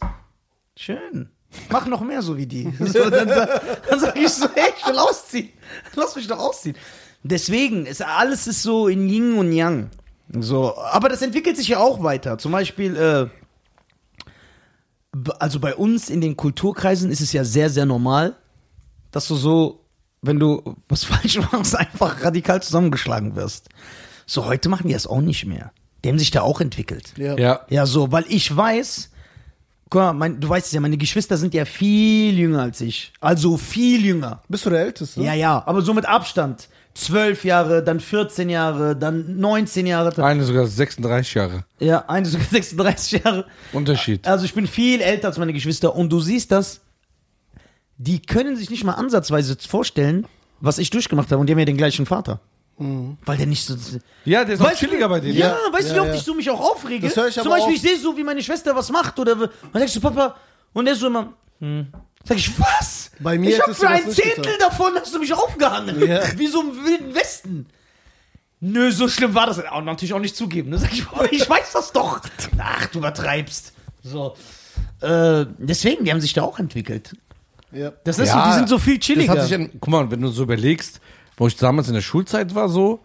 Speaker 1: Schön. Mach noch mehr so wie die. So, dann, sa- dann sag ich so, hey, ich will ausziehen. Lass mich doch ausziehen. Deswegen, ist, alles ist so in Yin und Yang. So, aber das entwickelt sich ja auch weiter. Zum Beispiel, äh, B- also bei uns in den Kulturkreisen ist es ja sehr, sehr normal, dass du so, wenn du was falsch machst, einfach radikal zusammengeschlagen wirst. So, heute machen wir es auch nicht mehr. Die haben sich da auch entwickelt.
Speaker 3: Ja.
Speaker 2: Ja.
Speaker 1: Ja, so, weil ich weiß, guck mal, mein, du weißt es ja, meine Geschwister sind ja viel jünger als ich. Also viel jünger.
Speaker 3: Bist du der Älteste?
Speaker 1: Ja, ja, aber so mit Abstand. Zwölf Jahre, dann 14 Jahre, dann 19 Jahre.
Speaker 2: Eine sogar 36 Jahre.
Speaker 1: Ja, eine sogar 36 Jahre.
Speaker 2: Unterschied.
Speaker 1: Also ich bin viel älter als meine Geschwister und du siehst das, die können sich nicht mal ansatzweise vorstellen, was ich durchgemacht habe und die haben ja den gleichen Vater. Weil der nicht so.
Speaker 2: Ja, der ist auch
Speaker 1: Weißt du-
Speaker 2: chilliger bei ne? denen.
Speaker 1: Ja,
Speaker 2: Ja.
Speaker 1: weißt du,
Speaker 3: ja,
Speaker 1: wie oft
Speaker 3: ja.
Speaker 1: ich so mich auch aufrege?
Speaker 3: Das hör ich
Speaker 1: Zum
Speaker 3: aber
Speaker 1: Beispiel,
Speaker 3: auch.
Speaker 1: ich sehe so, wie meine Schwester was macht oder dann sagst du, Papa, und der ist so immer, hm. Sag ich, was?
Speaker 3: Bei mir
Speaker 1: ich hab
Speaker 3: hättest du
Speaker 1: für
Speaker 3: das
Speaker 1: ein
Speaker 3: nicht
Speaker 1: Zehntel
Speaker 3: getan.
Speaker 1: davon hast du mich aufgehangen.
Speaker 3: Ja.
Speaker 1: Wie so im Wilden Westen. Nö, so schlimm war das. Und natürlich auch nicht zugeben. Ne? Sag ich, Papa, ich weiß das doch. Ach, du übertreibst. So. Äh, deswegen, die haben sich da auch entwickelt.
Speaker 3: ja.
Speaker 1: Das ist so,
Speaker 2: Ja,
Speaker 1: die sind so viel
Speaker 2: Das
Speaker 1: chilliger.
Speaker 2: hat sich in, guck mal, wenn du so überlegst, wo ich damals in der Schulzeit war, so,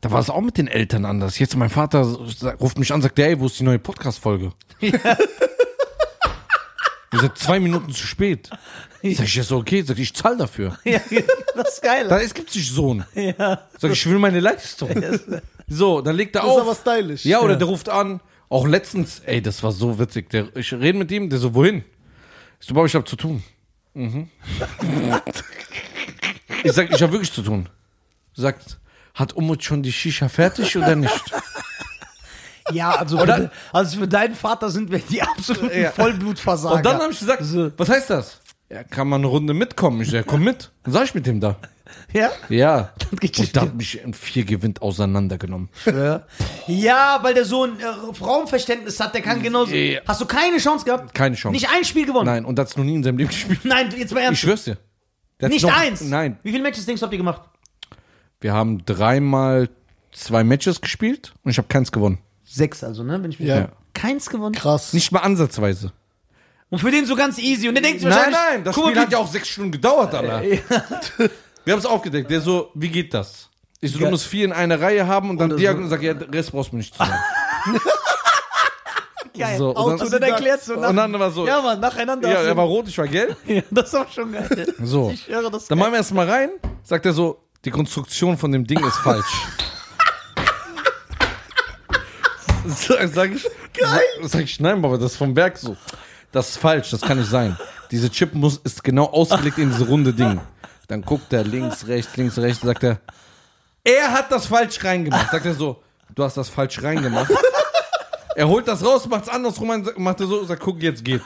Speaker 2: da war es auch mit den Eltern anders. Jetzt mein Vater so, sagt- ruft mich an, sagt, ey, wo ist die neue Podcast-Folge? Ihr seid zwei Minuten zu spät. Sag ich, ja, so okay. Sag ich, ich zahl dafür.
Speaker 1: ja, das ist geil.
Speaker 2: Da, es gibt sich Sohn. Sag ich, ich will meine Leistung. So, dann legt er
Speaker 3: Das
Speaker 2: auf.
Speaker 3: ist aber stylisch.
Speaker 2: Ja, oder der ruft an. Auch letztens, ey, das war so witzig. Der, ich rede mit ihm, der so, wohin? Ich so, Baba, ich hab zu tun. Mhm. ich sag, ich hab wirklich zu tun. Sagt, hat Umut schon die Shisha fertig oder nicht?
Speaker 1: Ja, also für, de- also für deinen Vater sind wir die absoluten
Speaker 2: Ja.
Speaker 1: Vollblutversager.
Speaker 2: Und dann hab ich gesagt, was heißt das? Ja, kann man eine Runde mitkommen? Ich sag, komm mit. Dann sag ich mit dem da.
Speaker 1: ja?
Speaker 2: Ja.
Speaker 1: geht's
Speaker 2: Und da hat mich in vier gewinnt auseinandergenommen.
Speaker 1: ja. Ja, weil der Sohn äh, Raumverständnis hat, der kann genauso.
Speaker 2: Ja.
Speaker 1: Hast du keine Chance gehabt?
Speaker 2: Keine Chance.
Speaker 1: Nicht ein Spiel gewonnen.
Speaker 2: Nein, und das noch nie in seinem Leben gespielt.
Speaker 1: Nein, jetzt mal
Speaker 2: Ich
Speaker 1: ernst.
Speaker 2: schwör's dir. Der hat's
Speaker 1: Nicht
Speaker 2: noch,
Speaker 1: eins.
Speaker 2: Nein,
Speaker 1: Wie viele Matches denkst du, habt ihr gemacht?
Speaker 2: Wir haben dreimal zwei Matches gespielt und ich habe keins gewonnen.
Speaker 1: Sechs also, ne? Wenn ich mich
Speaker 3: Ja.
Speaker 2: Ja.
Speaker 1: Keins gewonnen.
Speaker 3: Krass.
Speaker 2: Nicht mal ansatzweise.
Speaker 1: Und für den so ganz easy. Und der denkt sich wahrscheinlich.
Speaker 2: das
Speaker 1: guck mal,
Speaker 2: Spiel hat
Speaker 1: wie- Äh,
Speaker 2: ja auch sechs Stunden gedauert, Alter. Wir haben es aufgedeckt. Der so, wie geht das? Ich so, du
Speaker 1: Geil.
Speaker 2: musst vier in einer Reihe haben und dann
Speaker 1: Oder
Speaker 2: Diagonal sagt, ja, den Rest brauchst du mir nicht zu sagen.
Speaker 1: Geil.
Speaker 2: So, und
Speaker 1: Auto,
Speaker 2: dann-
Speaker 1: dann erklärst du.
Speaker 2: Und dann war so,
Speaker 1: ne? ja,
Speaker 2: ja,
Speaker 1: Mann, nacheinander.
Speaker 2: er war rot, ich war gelb.
Speaker 1: das ist auch schon geil.
Speaker 2: So.
Speaker 1: Ich höre das.
Speaker 2: Dann machen wir erstmal rein, sagt er so, die Konstruktion von dem Ding ist falsch. sag, sag ich, Geil. Sag ich, nein, Baba, das ist vom Werk so. Das ist falsch, das kann nicht sein. Diese Chip muss, ist genau ausgelegt in diese runde Ding. Dann guckt er links, rechts, links, rechts, sagt er, er hat das falsch reingemacht. Sagt er so, du hast das falsch reingemacht. Er holt das raus, macht's andersrum, an, macht er so, sagt, guck, jetzt geht.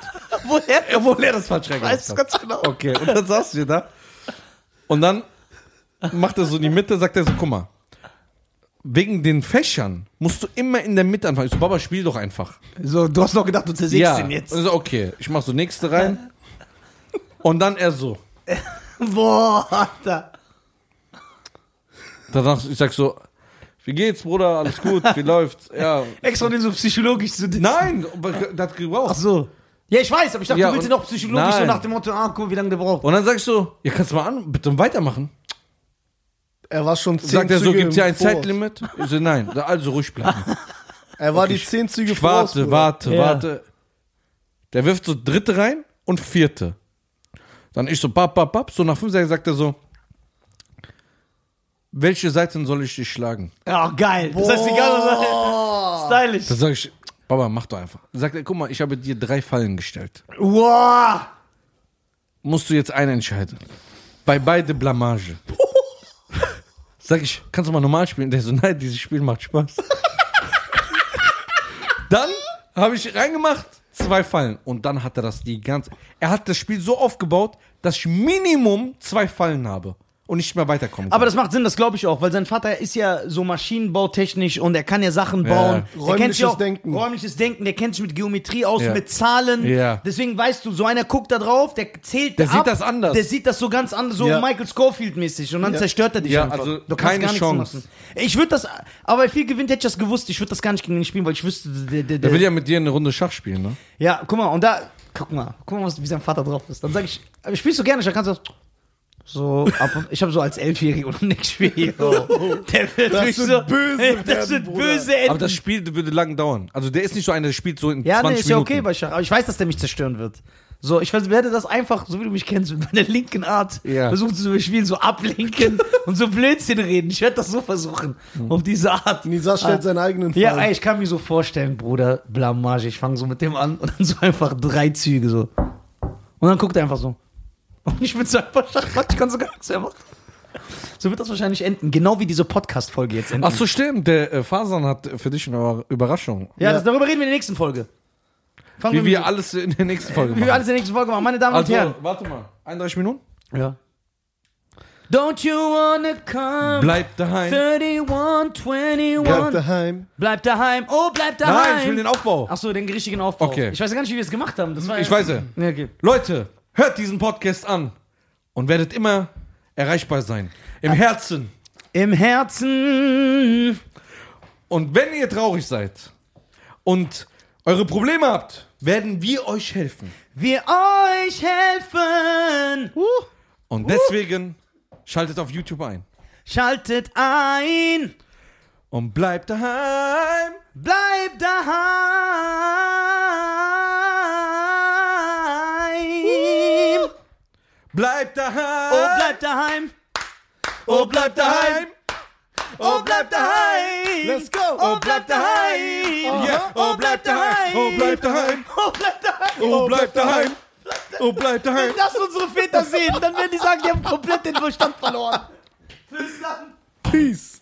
Speaker 1: Woher?
Speaker 2: Obwohl er das falsch
Speaker 1: Ich weiß
Speaker 2: reingemacht
Speaker 1: es
Speaker 2: hat.
Speaker 1: ganz genau.
Speaker 2: Okay, und dann saß wir da. Und dann macht er so die Mitte, sagt er so, guck mal, wegen den Fächern musst du immer in der Mitte anfangen. Ich so, Baba, spiel doch einfach.
Speaker 1: So, du hast doch gedacht, du zersägst ihn jetzt.
Speaker 2: Und ich so, okay, ich mach so nächste rein. Und dann er so.
Speaker 1: Boah, Alter.
Speaker 2: Danach, ich sag so, wie geht's, Bruder? Alles gut, wie läuft's? Ja.
Speaker 1: Extra um den so psychologisch zu dissen.
Speaker 2: Nein, das hat gebraucht.
Speaker 1: Ach so. Ja, ich weiß, aber ich dachte,
Speaker 2: Ja,
Speaker 1: du willst
Speaker 2: und-
Speaker 1: ihn noch psychologisch so
Speaker 2: Nein.
Speaker 1: nach dem Motto, ah, guck, wie lange der braucht.
Speaker 2: Und dann sag ich so, ja, kannst du mal an, bitte weitermachen.
Speaker 3: Er war schon zehn
Speaker 2: Sagt er so,
Speaker 3: Züge
Speaker 2: gibt's hier ein
Speaker 3: voraus.
Speaker 2: Zeitlimit? Ich so, nein, also ruhig bleiben.
Speaker 3: Er war die zehn Züge
Speaker 2: Ich warte,
Speaker 3: voraus,
Speaker 2: warte,
Speaker 1: Ja.
Speaker 2: warte. Der wirft so dritte rein und vierte. Dann ich so, bap, bap, bap. So nach fünf Sekunden sagt er so, welche Seiten soll ich dich schlagen?
Speaker 1: Ja, geil. Das heißt, egal was Stylisch.
Speaker 2: Dann sage ich, Baba, mach doch einfach. Sagt er, guck mal, ich habe dir drei Fallen gestellt.
Speaker 1: Wow.
Speaker 2: Musst du jetzt eine entscheiden. Bei beide Blamage. Sag ich, kannst du mal normal spielen? Der so, nein, dieses Spiel macht Spaß. dann habe ich reingemacht, zwei Fallen. Und dann hat er das die ganze. Er hat das Spiel so aufgebaut, dass ich Minimum zwei Fallen habe und nicht mehr weiterkommen kann.
Speaker 1: Aber das macht Sinn, das glaube ich auch, weil sein Vater ist ja so maschinenbautechnisch und er kann ja Sachen bauen. Er kennt sich
Speaker 3: Räumliches
Speaker 1: auch,
Speaker 3: Denken.
Speaker 1: Räumliches Denken, der kennt sich mit Geometrie aus,
Speaker 2: Ja.
Speaker 1: mit Zahlen.
Speaker 2: Ja.
Speaker 1: Deswegen weißt du, so einer guckt da drauf, der zählt
Speaker 2: Der
Speaker 1: ab,
Speaker 2: sieht das anders.
Speaker 1: Der sieht das so ganz anders, so
Speaker 3: Ja.
Speaker 1: Michael Scofield-mäßig und dann zerstört er dich
Speaker 2: Ja,
Speaker 1: einfach.
Speaker 2: also
Speaker 1: du kannst
Speaker 2: keine
Speaker 1: gar nichts
Speaker 2: Chance.
Speaker 1: machen. Ich würde das, aber bei viel gewinnt hätte ich das gewusst, ich würde das gar nicht gegen ihn spielen, weil ich wüsste, der, der,
Speaker 2: der
Speaker 1: der,
Speaker 2: will ja mit dir eine Runde Schach spielen, ne?
Speaker 1: ja, guck mal, und da, guck mal, guck mal, was, wie sein Vater drauf ist. Dann sag ich, aber spielst du gerne, dann kannst du so, ab, und- ich habe so als Elfjähriger und nicht spielen. Der wird
Speaker 3: Oh. Das
Speaker 1: mich
Speaker 3: sind
Speaker 1: so,
Speaker 3: böse
Speaker 1: Ey,
Speaker 3: Werden,
Speaker 1: Das sind
Speaker 3: Bruder.
Speaker 1: böse Enden.
Speaker 2: Aber das Spiel würde lang dauern. Also der ist nicht so einer, der spielt so in
Speaker 1: Äh, ja, nee,
Speaker 2: 20
Speaker 1: ist ja
Speaker 2: Minuten.
Speaker 1: okay bei Schach, aber ich weiß, dass der mich zerstören wird. So, ich weiß, werde das einfach, so wie du mich kennst, mit meiner linken Art
Speaker 2: Ja.
Speaker 1: versuchen zu bespielen, so ablenken und so Blödsinn reden. Ich werde das so versuchen,
Speaker 3: Hm.
Speaker 1: auf diese Art.
Speaker 3: Nisa stellt seinen eigenen Fall.
Speaker 1: Ja, ey, ich kann mir so vorstellen, Bruder, Blamage. Ich fange so mit dem an und dann so einfach drei Züge so. Und dann guckt er einfach so. Und ich bin so einfach Schachmatt, ich kann so gar nichts mehr machen. So wird das wahrscheinlich enden, genau wie diese Podcast-Folge jetzt enden.
Speaker 2: Ach so, stimmt. Der äh, Fasan hat äh, für dich eine Über- Überraschung.
Speaker 1: ja, Das, darüber reden wir in der nächsten Folge. Fangen
Speaker 2: Wie
Speaker 1: mit-
Speaker 2: wir alles in der nächsten Folge
Speaker 1: wie
Speaker 2: machen.
Speaker 1: wir alles in der nächsten Folge machen, meine Damen
Speaker 2: also,
Speaker 1: und Herren.
Speaker 2: warte mal. 31 Minuten?
Speaker 1: Ja. Don't you wanna come?
Speaker 2: Bleib daheim.
Speaker 1: 31, 21.
Speaker 3: Bleib
Speaker 1: Bleib,
Speaker 3: daheim.
Speaker 1: daheim. Oh, bleib daheim.
Speaker 2: Nein, ich will den Aufbau.
Speaker 1: Ach so, den richtigen Aufbau.
Speaker 2: Okay.
Speaker 1: Ich weiß ja gar nicht, wie wir es gemacht haben. Das war ja-
Speaker 2: Ich weiß ja.
Speaker 1: Ja, okay.
Speaker 2: Leute, hört diesen Podcast an und werdet immer erreichbar sein. Im Herzen.
Speaker 1: Im Herzen.
Speaker 2: Und wenn ihr traurig seid und eure Probleme habt, werden wir euch helfen.
Speaker 1: Wir euch helfen.
Speaker 2: Und deswegen schaltet auf YouTube ein.
Speaker 1: Schaltet ein.
Speaker 2: Und bleibt daheim.
Speaker 1: Bleibt daheim.
Speaker 2: Bleibt daheim.
Speaker 1: Oh, bleibt daheim.
Speaker 2: oh, bleibt daheim.
Speaker 1: Oh, bleibt daheim.
Speaker 3: Let's go.
Speaker 1: Oh, bleibt daheim.
Speaker 2: Ja.
Speaker 1: Oh, bleibt daheim.
Speaker 2: Uh-huh. Oh, bleibt daheim.
Speaker 1: Oh, bleibt daheim.
Speaker 2: Oh, bleibt daheim. Oh, bleibt daheim.
Speaker 1: Lass unsere Väter sehen. Dann werden die sagen, die haben komplett den Verstand verloren.
Speaker 3: Peace.